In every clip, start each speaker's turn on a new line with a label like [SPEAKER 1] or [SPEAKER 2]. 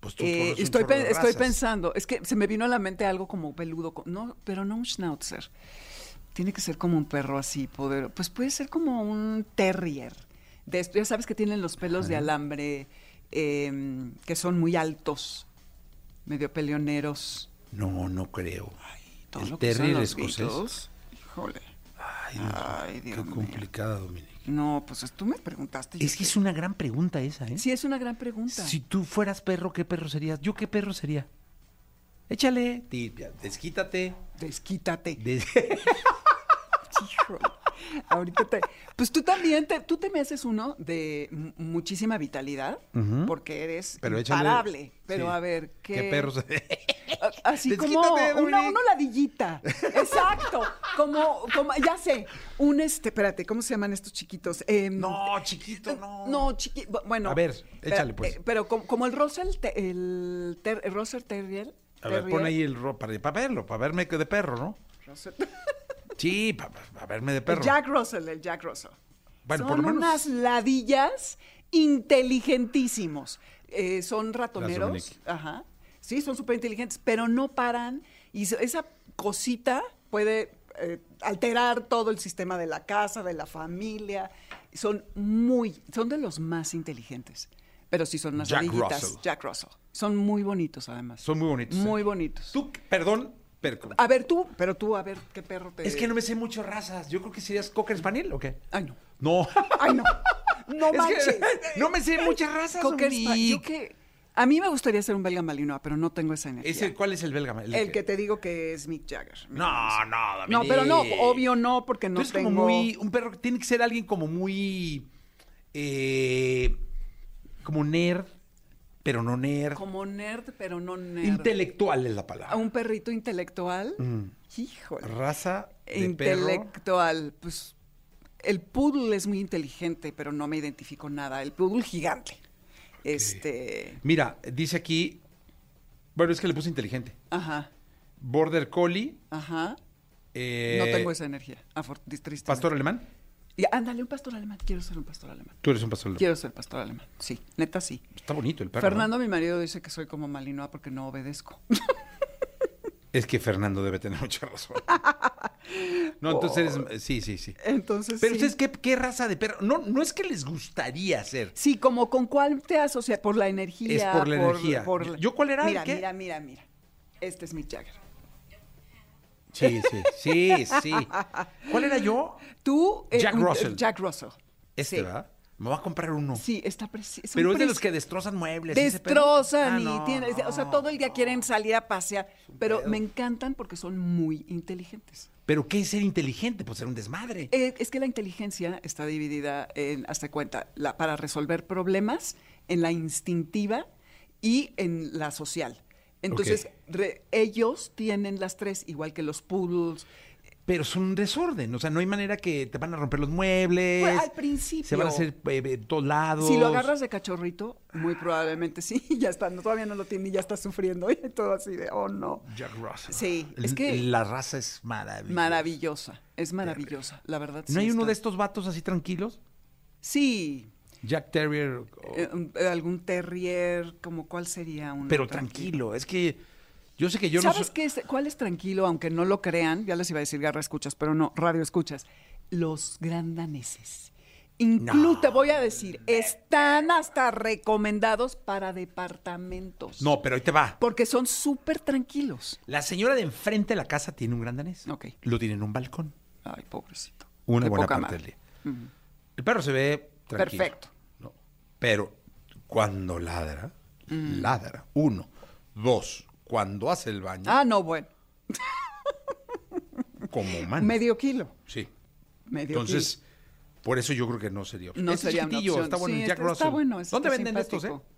[SPEAKER 1] Pues tú
[SPEAKER 2] Eh,
[SPEAKER 1] conoces un
[SPEAKER 2] estoy,
[SPEAKER 1] chorro de
[SPEAKER 2] pen- estoy
[SPEAKER 1] razas.
[SPEAKER 2] pensando, es que se me vino a la mente algo como peludo, co- no, pero no un schnauzer. Tiene que ser como un perro así, poder, pues puede ser como un terrier. De esto, ya sabes que tienen los pelos de alambre eh, que son muy altos, medio peleoneros.
[SPEAKER 1] No, no creo.
[SPEAKER 2] Todo
[SPEAKER 1] el
[SPEAKER 2] lo que son
[SPEAKER 1] terrier
[SPEAKER 2] los
[SPEAKER 1] escocés.
[SPEAKER 2] Beatles. Híjole.
[SPEAKER 1] Ay, Dios,
[SPEAKER 2] Ay,
[SPEAKER 1] qué
[SPEAKER 2] Dios mío.
[SPEAKER 1] complicado, Dominique.
[SPEAKER 2] No, pues tú me preguntaste. yo
[SPEAKER 1] Es que
[SPEAKER 2] te-
[SPEAKER 1] es una gran pregunta esa, ¿eh?
[SPEAKER 2] Sí, es una gran pregunta.
[SPEAKER 1] Si tú fueras perro, ¿qué perro serías? ¿Yo qué perro sería? Échale. Ti- ya, Desquítate.
[SPEAKER 2] Desquítate.
[SPEAKER 1] Des-
[SPEAKER 2] Híjole. Ahorita te. Pues tú también, te, tú te me haces uno de mu- muchísima vitalidad, porque eres
[SPEAKER 1] Pero échale-
[SPEAKER 2] imparable. Pero
[SPEAKER 1] sí.
[SPEAKER 2] a ver, ¿qué,
[SPEAKER 1] ¿Qué perro sería?
[SPEAKER 2] A- Así como una,
[SPEAKER 1] Desquítate, Dominique.
[SPEAKER 2] una ladillita. Exacto. Como, como, ya sé, un este, espérate, ¿cómo se llaman estos chiquitos? Em,
[SPEAKER 1] No, chiquito, no.
[SPEAKER 2] No, chiqui, bu- bueno.
[SPEAKER 1] A ver,
[SPEAKER 2] pero-
[SPEAKER 1] échale, pues.
[SPEAKER 2] eh, pero como, como el Russell, Te- el Ter- Russell Terrier.
[SPEAKER 1] A ver, pon
[SPEAKER 2] Terrier,
[SPEAKER 1] ahí el ropa para, para verlo, para verme que de perro, ¿no?
[SPEAKER 2] Russell-
[SPEAKER 1] Sí, para, verme de
[SPEAKER 2] El
[SPEAKER 1] perro.
[SPEAKER 2] Jack Russell, el Jack Russell. son
[SPEAKER 1] Bueno, por lo menos-
[SPEAKER 2] unas ladillas inteligentísimos. Eh, son ratoneros.
[SPEAKER 1] Dominique.
[SPEAKER 2] Ajá. Sí, son súper inteligentes, pero no paran. Y so- esa cosita puede eh, alterar todo el sistema de la casa, de la familia. Son muy, son de los más inteligentes. Pero sí son unas
[SPEAKER 1] Jack
[SPEAKER 2] ladillitas.
[SPEAKER 1] Russell.
[SPEAKER 2] Jack Russell. Son muy bonitos, además.
[SPEAKER 1] Son muy bonitos,
[SPEAKER 2] Muy
[SPEAKER 1] ¿eh?
[SPEAKER 2] bonitos.
[SPEAKER 1] Tú, perdón, pero...
[SPEAKER 2] A ver, tú, pero tú, a ver, ¿qué perro te.
[SPEAKER 1] Es que no me sé muchas razas. Yo creo que serías Cocker Spaniel, ¿o qué?
[SPEAKER 2] Ay, no.
[SPEAKER 1] No.
[SPEAKER 2] Ay, no. No
[SPEAKER 1] Es que
[SPEAKER 2] manches.
[SPEAKER 1] no me sé muchas razas,
[SPEAKER 2] Cocker
[SPEAKER 1] Dominique.
[SPEAKER 2] Spaniel. Yo que- A mí me gustaría ser un belga malinois, pero no tengo esa energía.
[SPEAKER 1] Ese, ¿Cuál es el belga?
[SPEAKER 2] el, que te digo que es Mick Jagger.
[SPEAKER 1] No, no,
[SPEAKER 2] No,
[SPEAKER 1] Dominique.
[SPEAKER 2] pero no, obvio no, porque no
[SPEAKER 1] Tú eres
[SPEAKER 2] tengo...
[SPEAKER 1] como muy... Un perro que tiene que ser alguien como muy... eh, como nerd, pero no nerd.
[SPEAKER 2] Como nerd, pero no nerd.
[SPEAKER 1] Intelectual es la
[SPEAKER 2] A
[SPEAKER 1] palabra.
[SPEAKER 2] un perrito intelectual. Híjole.
[SPEAKER 1] Raza Mm. de perro.
[SPEAKER 2] intelectual. Pues el poodle es muy inteligente, pero no me identifico nada. El poodle gigante. Este...
[SPEAKER 1] Mira, dice aquí... Bueno, es que le puse inteligente.
[SPEAKER 2] Ajá,
[SPEAKER 1] Border Collie.
[SPEAKER 2] ajá.
[SPEAKER 1] eh,
[SPEAKER 2] no tengo esa energía, afor- tristemente.
[SPEAKER 1] Pastor alemán.
[SPEAKER 2] Y ándale, un pastor alemán. Quiero ser un pastor alemán.
[SPEAKER 1] Tú eres un pastor alemán.
[SPEAKER 2] Quiero ser pastor alemán. Sí, neta sí.
[SPEAKER 1] Está bonito el perro. ¿no?
[SPEAKER 2] Fernando, mi marido, dice que soy como Malinois porque no obedezco.
[SPEAKER 1] Es que Fernando debe tener mucha razón. No, entonces eres... Sí, sí, sí.
[SPEAKER 2] Entonces,
[SPEAKER 1] Pero
[SPEAKER 2] sí.
[SPEAKER 1] ustedes, ¿qué, qué raza de perro? No, no es que les gustaría ser.
[SPEAKER 2] Sí, como con cuál te asocias, por la energía.
[SPEAKER 1] Es por la energía. ¿Yo cuál era?
[SPEAKER 2] Mira,
[SPEAKER 1] ¿Qué?
[SPEAKER 2] mira, mira, mira. Este es Mick Jagger.
[SPEAKER 1] Sí, sí, sí, sí. ¿Cuál era yo?
[SPEAKER 2] Tú... eh,
[SPEAKER 1] Jack
[SPEAKER 2] un-
[SPEAKER 1] Russell.
[SPEAKER 2] Jack Russell.
[SPEAKER 1] Este,
[SPEAKER 2] sí.
[SPEAKER 1] ¿verdad? Me voy a comprar uno.
[SPEAKER 2] Sí, está precioso.
[SPEAKER 1] Pero es de los que destrozan muebles. ese perro.
[SPEAKER 2] destrozan
[SPEAKER 1] Ah,
[SPEAKER 2] y
[SPEAKER 1] no,
[SPEAKER 2] tienen- o sea,
[SPEAKER 1] no.
[SPEAKER 2] todo el día quieren salir a pasear, pero
[SPEAKER 1] pedo.
[SPEAKER 2] me encantan porque son muy inteligentes.
[SPEAKER 1] Pero ¿qué es ser inteligente? Pues ser un desmadre.
[SPEAKER 2] Eh, es que la inteligencia está dividida en, hasta cuenta, la, para resolver problemas, en la instintiva y en la social. Entonces, re- ellos tienen las tres, igual que los poodles.
[SPEAKER 1] Pero es un desorden. O sea, no hay manera que te van a romper los muebles.
[SPEAKER 2] Pues, al principio.
[SPEAKER 1] Se van a hacer eh, de todos lados.
[SPEAKER 2] Si lo agarras de cachorrito, muy probablemente sí, ya está, no, todavía no lo tiene y ya está sufriendo y todo así de, oh no.
[SPEAKER 1] Jack Russell.
[SPEAKER 2] Sí,
[SPEAKER 1] L-
[SPEAKER 2] es que-
[SPEAKER 1] La raza es maravillosa.
[SPEAKER 2] Maravillosa, es maravillosa, la verdad.
[SPEAKER 1] ¿No
[SPEAKER 2] sí
[SPEAKER 1] hay uno
[SPEAKER 2] está.
[SPEAKER 1] de estos vatos así tranquilos?
[SPEAKER 2] Sí,
[SPEAKER 1] Jack Terrier. o-
[SPEAKER 2] eh, un- eh, algún terrier, como cuál sería uno.
[SPEAKER 1] pero tranquilo. Es que yo sé que yo no
[SPEAKER 2] ¿Sabes
[SPEAKER 1] so-
[SPEAKER 2] qué es- cuál es tranquilo, aunque no lo crean? Ya les iba a decir garra escuchas, pero no, radio escuchas. Los grandaneses. Incluso
[SPEAKER 1] No.
[SPEAKER 2] te voy a decir, están hasta recomendados para departamentos.
[SPEAKER 1] No, pero ahí te va.
[SPEAKER 2] Porque son súper tranquilos.
[SPEAKER 1] La señora de enfrente de la casa tiene un gran danés.
[SPEAKER 2] Ok.
[SPEAKER 1] Lo tiene en un balcón.
[SPEAKER 2] Ay, pobrecito.
[SPEAKER 1] Una
[SPEAKER 2] Qué
[SPEAKER 1] buena
[SPEAKER 2] poca
[SPEAKER 1] parte
[SPEAKER 2] madre.
[SPEAKER 1] del día. El perro se ve tranquilo.
[SPEAKER 2] Perfecto.
[SPEAKER 1] ¿no? Pero cuando ladra,
[SPEAKER 2] Mm.
[SPEAKER 1] ladra. Uno. Dos. Cuando hace el baño,
[SPEAKER 2] Ah, no, bueno.
[SPEAKER 1] como humano.
[SPEAKER 2] Medio kilo.
[SPEAKER 1] Sí.
[SPEAKER 2] Medio
[SPEAKER 1] Entonces, por eso yo creo que no
[SPEAKER 2] kilo.
[SPEAKER 1] sería opción.
[SPEAKER 2] no
[SPEAKER 1] Este es
[SPEAKER 2] sería una
[SPEAKER 1] chiquitillo,
[SPEAKER 2] opción.
[SPEAKER 1] Está bueno
[SPEAKER 2] Sí,
[SPEAKER 1] el Jack
[SPEAKER 2] este Está
[SPEAKER 1] Russell.
[SPEAKER 2] bueno, este
[SPEAKER 1] ¿Dónde
[SPEAKER 2] está
[SPEAKER 1] venden estos,
[SPEAKER 2] simpático.
[SPEAKER 1] eh?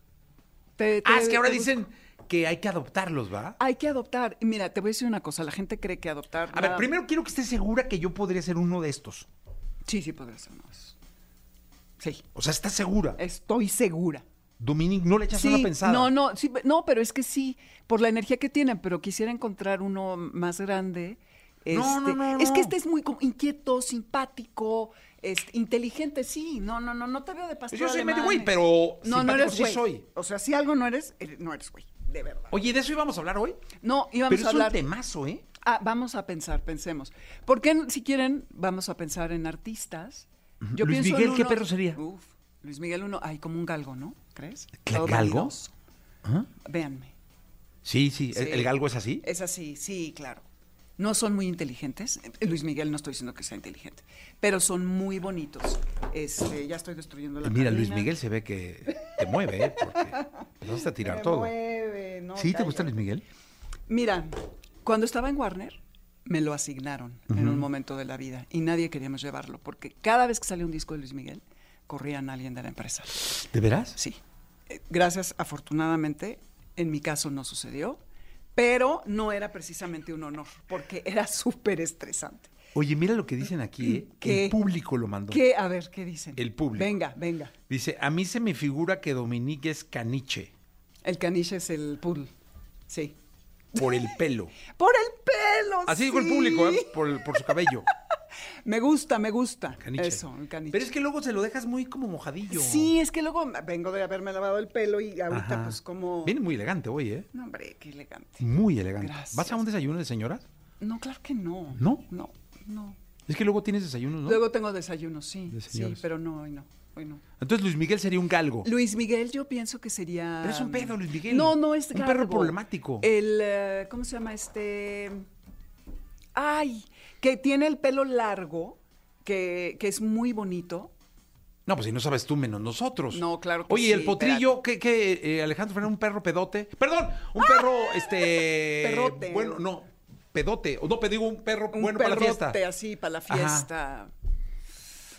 [SPEAKER 2] Te-
[SPEAKER 1] Ah,
[SPEAKER 2] te-
[SPEAKER 1] es que ahora
[SPEAKER 2] te busco.
[SPEAKER 1] dicen que hay que adoptarlos, ¿va?
[SPEAKER 2] Hay que adoptar. Y Mira, te voy a decir una cosa. La gente cree que adoptar.
[SPEAKER 1] A ver,
[SPEAKER 2] nada-
[SPEAKER 1] primero quiero que estés segura que yo podría ser uno de estos.
[SPEAKER 2] Sí, sí, podría ser más. Sí,
[SPEAKER 1] O sea, ¿estás segura?
[SPEAKER 2] estoy segura.
[SPEAKER 1] Dominique, no le echas
[SPEAKER 2] Eh, Sí,
[SPEAKER 1] una pensada.
[SPEAKER 2] No, no, sí, pe- no, pero es que sí, por la energía que tienen, pero quisiera encontrar uno más grande Este,
[SPEAKER 1] no, no,
[SPEAKER 2] Es que
[SPEAKER 1] no.
[SPEAKER 2] este es muy como inquieto, simpático, este, inteligente, sí. No, no, no, no te veo de pastor
[SPEAKER 1] Pues Yo soy
[SPEAKER 2] alemán,
[SPEAKER 1] medio güey,
[SPEAKER 2] eh.
[SPEAKER 1] pero
[SPEAKER 2] No, no
[SPEAKER 1] simpático
[SPEAKER 2] eres
[SPEAKER 1] sí
[SPEAKER 2] güey.
[SPEAKER 1] soy.
[SPEAKER 2] O sea, si algo no eres, eres- no eres güey, de verdad.
[SPEAKER 1] Oye, ¿de eso íbamos a hablar hoy?
[SPEAKER 2] No, íbamos
[SPEAKER 1] pero es
[SPEAKER 2] a hablar...
[SPEAKER 1] un temazo, ¿eh?
[SPEAKER 2] Ah, vamos a pensar, pensemos. ¿Por qué, si quieren, vamos a pensar en artistas? Yo
[SPEAKER 1] Luis
[SPEAKER 2] pienso en
[SPEAKER 1] Miguel, ¿qué
[SPEAKER 2] uno-
[SPEAKER 1] perro sería?
[SPEAKER 2] Uf, Luis Miguel uno, ay, como un galgo, ¿no? ¿Crees?
[SPEAKER 1] ¿Cla-
[SPEAKER 2] Todo
[SPEAKER 1] galgo?
[SPEAKER 2] vanidoso.
[SPEAKER 1] ¿Ah?
[SPEAKER 2] Véanme.
[SPEAKER 1] Sí, sí, El,
[SPEAKER 2] Sí. Eh,
[SPEAKER 1] el galgo es así.
[SPEAKER 2] Es así, sí, claro. No son muy inteligentes. Eh, Luis Miguel no estoy diciendo que sea inteligente, pero son muy bonitos. Este, ya estoy destruyendo la
[SPEAKER 1] Mira, Luis
[SPEAKER 2] cabina.
[SPEAKER 1] Miguel se ve que te mueve, ¿eh? Porque empezaste a tirar
[SPEAKER 2] Me
[SPEAKER 1] todo.
[SPEAKER 2] mueve, no,
[SPEAKER 1] ¿Sí te
[SPEAKER 2] cállate.
[SPEAKER 1] gusta Luis Miguel?
[SPEAKER 2] Mira, cuando estaba en Warner, me lo asignaron en un momento de la vida y nadie queríamos llevarlo porque cada vez que salía un disco de Luis Miguel, corrían a alguien de la empresa.
[SPEAKER 1] ¿De veras?
[SPEAKER 2] Sí. Eh, Gracias, afortunadamente, en mi caso no sucedió, pero no era precisamente un honor porque era súper estresante.
[SPEAKER 1] Oye, mira lo que dicen aquí, ¿eh?
[SPEAKER 2] ¿Qué?
[SPEAKER 1] El público lo mandó.
[SPEAKER 2] ¿Qué? A ver, ¿qué dicen?
[SPEAKER 1] El público.
[SPEAKER 2] Venga, venga.
[SPEAKER 1] Dice, a mí se me figura que Dominique es caniche
[SPEAKER 2] El caniche es el pool. Sí.
[SPEAKER 1] por el pelo.
[SPEAKER 2] Por el pelo.
[SPEAKER 1] Así dijo el
[SPEAKER 2] sí.
[SPEAKER 1] público, ¿eh? Por, por su cabello.
[SPEAKER 2] Me gusta, me gusta.
[SPEAKER 1] Caniche.
[SPEAKER 2] Eso, el caniche.
[SPEAKER 1] Pero es que luego se lo dejas muy como mojadillo.
[SPEAKER 2] Sí, es que luego vengo de haberme lavado el pelo y ahorita
[SPEAKER 1] Ajá.
[SPEAKER 2] pues como...
[SPEAKER 1] Viene muy elegante hoy, ¿eh?
[SPEAKER 2] No, hombre, qué elegante.
[SPEAKER 1] Muy elegante.
[SPEAKER 2] Gracias.
[SPEAKER 1] ¿Vas a un desayuno de señoras?
[SPEAKER 2] No, claro que no.
[SPEAKER 1] ¿No?
[SPEAKER 2] No, no.
[SPEAKER 1] Es que luego tienes desayunos, ¿no?
[SPEAKER 2] Luego tengo desayuno, sí.
[SPEAKER 1] De
[SPEAKER 2] sí,
[SPEAKER 1] señores.
[SPEAKER 2] pero no, hoy no, hoy no.
[SPEAKER 1] Entonces Luis Miguel sería un galgo.
[SPEAKER 2] Luis Miguel yo pienso que sería...
[SPEAKER 1] Pero es un pedo, Luis Miguel.
[SPEAKER 2] No, no, es
[SPEAKER 1] Un perro
[SPEAKER 2] galgo.
[SPEAKER 1] problemático.
[SPEAKER 2] El, eh, ¿cómo se llama este? Ay, que tiene el pelo largo, que, que es muy bonito.
[SPEAKER 1] No, pues si no sabes tú menos nosotros.
[SPEAKER 2] No, claro que
[SPEAKER 1] Oye,
[SPEAKER 2] sí,
[SPEAKER 1] el potrillo, ¿qué, qué, eh, Alejandro Fernández, un perro pedote? Perdón, un
[SPEAKER 2] ¡Ah!
[SPEAKER 1] perro, este...
[SPEAKER 2] Perrote.
[SPEAKER 1] Bueno, no, pedote. O no, pero digo un perro
[SPEAKER 2] Un
[SPEAKER 1] bueno para la
[SPEAKER 2] perrote
[SPEAKER 1] fiesta.
[SPEAKER 2] así para la
[SPEAKER 1] Ajá.
[SPEAKER 2] fiesta.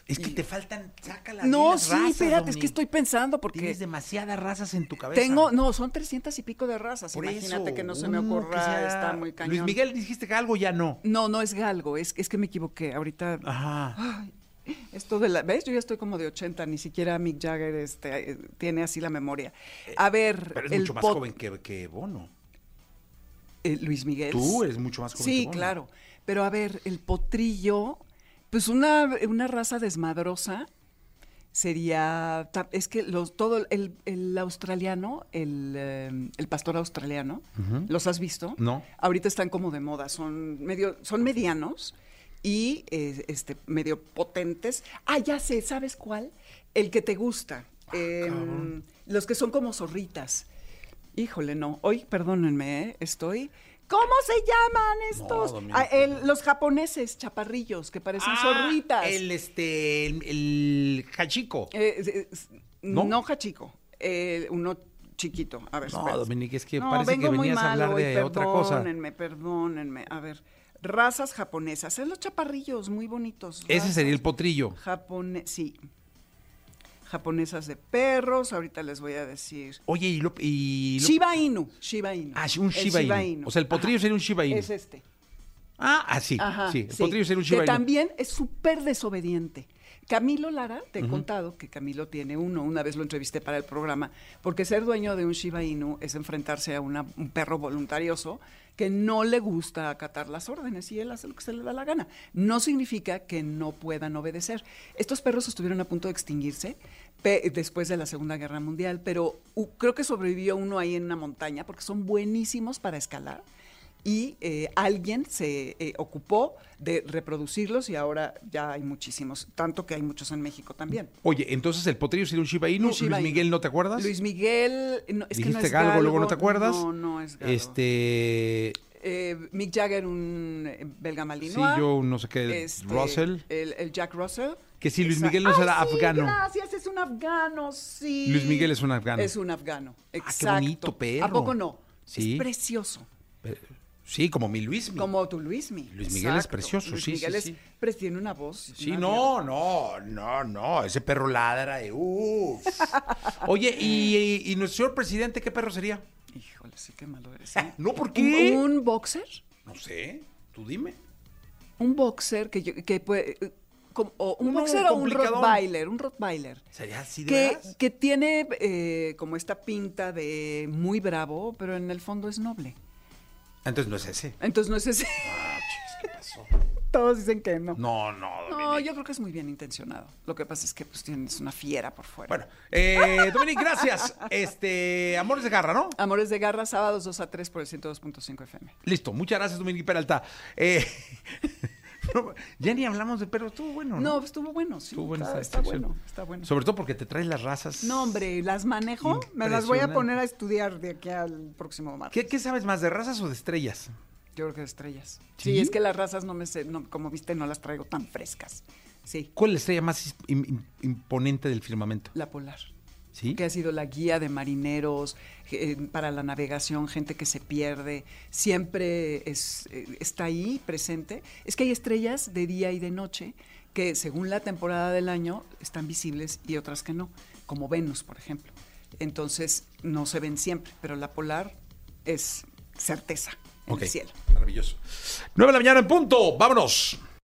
[SPEAKER 1] Es que
[SPEAKER 2] Y-
[SPEAKER 1] te faltan, sácala.
[SPEAKER 2] No, sí, espérate, es que estoy pensando porque
[SPEAKER 1] Tienes demasiadas razas en tu cabeza.
[SPEAKER 2] tengo, no, son 300 y pico de razas.
[SPEAKER 1] Por
[SPEAKER 2] Imagínate
[SPEAKER 1] eso,
[SPEAKER 2] que no se me
[SPEAKER 1] uno que
[SPEAKER 2] ocurra,
[SPEAKER 1] sea-
[SPEAKER 2] está muy cañón.
[SPEAKER 1] Luis Miguel, dijiste que algo ya no.
[SPEAKER 2] No, no es galgo, es, es que me equivoqué. Ahorita,
[SPEAKER 1] Ah. Ajá.
[SPEAKER 2] ay, esto de la, ¿ves? Yo ya estoy como de 80, ni siquiera Mick Jagger este, eh, tiene así la memoria. A ver,
[SPEAKER 1] Eh, Pero es
[SPEAKER 2] el
[SPEAKER 1] mucho más
[SPEAKER 2] pot-
[SPEAKER 1] joven que, que Bono.
[SPEAKER 2] eh, Luis Miguel.
[SPEAKER 1] Tú eres mucho más joven que
[SPEAKER 2] Sí,
[SPEAKER 1] Bono.
[SPEAKER 2] claro. Pero a ver, el potrillo, pues una, una raza desmadrosa sería. ta- Es que los, todo el, el australiano, el, eh, el pastor australiano, ¿los has visto?
[SPEAKER 1] No.
[SPEAKER 2] Ahorita están como de moda, son medio, son medianos y eh, este, medio potentes. Ah, ya sé, ¿sabes cuál? El que te gusta.
[SPEAKER 1] Ah,
[SPEAKER 2] Eh, los que son como zorritas. Híjole, no. Hoy, perdónenme, ¿eh? estoy. ¿Cómo se llaman estos?
[SPEAKER 1] Domingo, Ah,
[SPEAKER 2] Ah, el- los japoneses, chaparrillos, que parecen zorritas.
[SPEAKER 1] El, este, el, el Hachiko.
[SPEAKER 2] Eh, es- es-
[SPEAKER 1] ¿No?
[SPEAKER 2] no, chico. uno chiquito. A ver,
[SPEAKER 1] No,
[SPEAKER 2] espérate.
[SPEAKER 1] Dominique, es que
[SPEAKER 2] No,
[SPEAKER 1] parece que
[SPEAKER 2] vengo muy
[SPEAKER 1] venías a
[SPEAKER 2] mal
[SPEAKER 1] hablar
[SPEAKER 2] hoy,
[SPEAKER 1] de otra cosa.
[SPEAKER 2] Perdónenme, perdónenme. A ver, razas japonesas. Es los chaparrillos, muy bonitos.
[SPEAKER 1] Ese sería el
[SPEAKER 2] razas
[SPEAKER 1] potrillo.
[SPEAKER 2] Japone sí. Japonesas de perros. Ahorita les voy a decir.
[SPEAKER 1] Oye, y, lo- y lo-
[SPEAKER 2] Shiba Inu. Shiba Inu.
[SPEAKER 1] Ah, un
[SPEAKER 2] El
[SPEAKER 1] Shiba Inu. O sea, el potrillo sería un Shiba Inu.
[SPEAKER 2] Es este.
[SPEAKER 1] Ah, así.
[SPEAKER 2] Ajá,
[SPEAKER 1] sí, el potrillo sería un Shiba
[SPEAKER 2] Que
[SPEAKER 1] Inu.
[SPEAKER 2] también es súper desobediente. Camilo Lara, te he contado que Camilo tiene uno, una vez lo entrevisté para el programa, porque ser dueño de un Shiba Inu es enfrentarse a una- un perro voluntarioso que no le gusta acatar las órdenes y él hace lo que se le da la gana. No significa que no puedan obedecer. Estos perros estuvieron a punto de extinguirse pe- después de la Segunda Guerra Mundial, pero u- creo que sobrevivió uno ahí en una montaña porque son buenísimos para escalar y eh, alguien se eh, ocupó de reproducirlos y ahora ya hay muchísimos, tanto que hay muchos en México también.
[SPEAKER 1] Oye, entonces el potrillo sería un Shiba Inu.
[SPEAKER 2] Un Shiba
[SPEAKER 1] Luis
[SPEAKER 2] Inu.
[SPEAKER 1] Miguel, ¿no te acuerdas?
[SPEAKER 2] Luis Miguel, no, es que no
[SPEAKER 1] Dijiste
[SPEAKER 2] es
[SPEAKER 1] galgo,
[SPEAKER 2] galgo,
[SPEAKER 1] luego no te acuerdas.
[SPEAKER 2] No, no es galgo.
[SPEAKER 1] Este.
[SPEAKER 2] Eh, Mick Jagger, un eh, belga
[SPEAKER 1] Sí,
[SPEAKER 2] malinois.
[SPEAKER 1] yo no sé qué.
[SPEAKER 2] Este,
[SPEAKER 1] Russell.
[SPEAKER 2] El, el Jack Russell.
[SPEAKER 1] Que sí, Luis
[SPEAKER 2] Exa-
[SPEAKER 1] Miguel no
[SPEAKER 2] ¡Ay,
[SPEAKER 1] será
[SPEAKER 2] sí,
[SPEAKER 1] afgano.
[SPEAKER 2] Gracias, es un afgano, sí.
[SPEAKER 1] Luis Miguel es un afgano. Ah,
[SPEAKER 2] Es un afgano,
[SPEAKER 1] qué
[SPEAKER 2] exacto.
[SPEAKER 1] bonito perro.
[SPEAKER 2] ¿A poco no?
[SPEAKER 1] Sí.
[SPEAKER 2] Es precioso.
[SPEAKER 1] Sí, como mi Luis.
[SPEAKER 2] Como tu Luismi.
[SPEAKER 1] Luis Miguel es
[SPEAKER 2] exacto.
[SPEAKER 1] precioso,
[SPEAKER 2] Luis
[SPEAKER 1] sí, sí,
[SPEAKER 2] Miguel es-
[SPEAKER 1] sí.
[SPEAKER 2] pero tiene una voz.
[SPEAKER 1] Sí,
[SPEAKER 2] una
[SPEAKER 1] no, no, no, no. Ese perro ladra. eh, uf. Oye, y, y- y nuestro señor presidente qué perro sería?
[SPEAKER 2] mierda. Híjole, sí, qué malo eres. ¿eh?
[SPEAKER 1] No, ¿por ¿Ah, qué?
[SPEAKER 2] ¿Un, un boxer?
[SPEAKER 1] No sé. Tú dime.
[SPEAKER 2] Un boxer que, yo- que puede... eh, como- o un
[SPEAKER 1] Uno
[SPEAKER 2] boxer o un
[SPEAKER 1] complicadón.
[SPEAKER 2] Rottweiler, un Rottweiler.
[SPEAKER 1] ¿Sería así de
[SPEAKER 2] Que,
[SPEAKER 1] veras?
[SPEAKER 2] que tiene eh, como esta pinta de muy bravo, pero en el fondo es noble.
[SPEAKER 1] Entonces no es ese. Ah,
[SPEAKER 2] Entonces no es ese. Todos dicen que no.
[SPEAKER 1] No, no,
[SPEAKER 2] No,
[SPEAKER 1] Dominique.
[SPEAKER 2] yo creo que es muy bien intencionado. Lo que pasa es que pues tienes una fiera por fuera.
[SPEAKER 1] Bueno, eh, Dominique, gracias. Este, Amores de Garra, ¿no?
[SPEAKER 2] Amores de Garra, sábados 2 a 3 por el 102.5 FM.
[SPEAKER 1] Listo, muchas gracias, Dominique Peralta. Eh, no, ya ni hablamos de perros, estuvo bueno,
[SPEAKER 2] No,
[SPEAKER 1] ¿no?
[SPEAKER 2] pues, estuvo bueno, sí.
[SPEAKER 1] Estuvo buena
[SPEAKER 2] está,
[SPEAKER 1] esta
[SPEAKER 2] está
[SPEAKER 1] sección.
[SPEAKER 2] bueno, está bueno.
[SPEAKER 1] Sobre todo porque te traes las razas.
[SPEAKER 2] No, hombre, las manejo. Me las voy a
[SPEAKER 1] Impresionante.
[SPEAKER 2] poner a estudiar de aquí al próximo martes.
[SPEAKER 1] ¿Qué, qué sabes más, de razas o de estrellas?
[SPEAKER 2] Yo creo que de estrellas.
[SPEAKER 1] ¿Sí?
[SPEAKER 2] ¿Sí? es que las razas no me sé, no, como viste, no las traigo tan frescas. Sí,
[SPEAKER 1] ¿Cuál es la estrella más im- im- imponente del firmamento?
[SPEAKER 2] la polar.
[SPEAKER 1] ¿Sí?
[SPEAKER 2] que ha sido la guía de marineros eh, para la navegación, gente que se pierde, siempre es, eh, está ahí presente. Es que hay estrellas de día y de noche que según la temporada del año están visibles y otras que no, como Venus, por ejemplo. Entonces no se ven siempre, pero la polar es certeza en
[SPEAKER 1] Ok,
[SPEAKER 2] el cielo.
[SPEAKER 1] Maravilloso. 9 de la mañana en punto. Vámonos.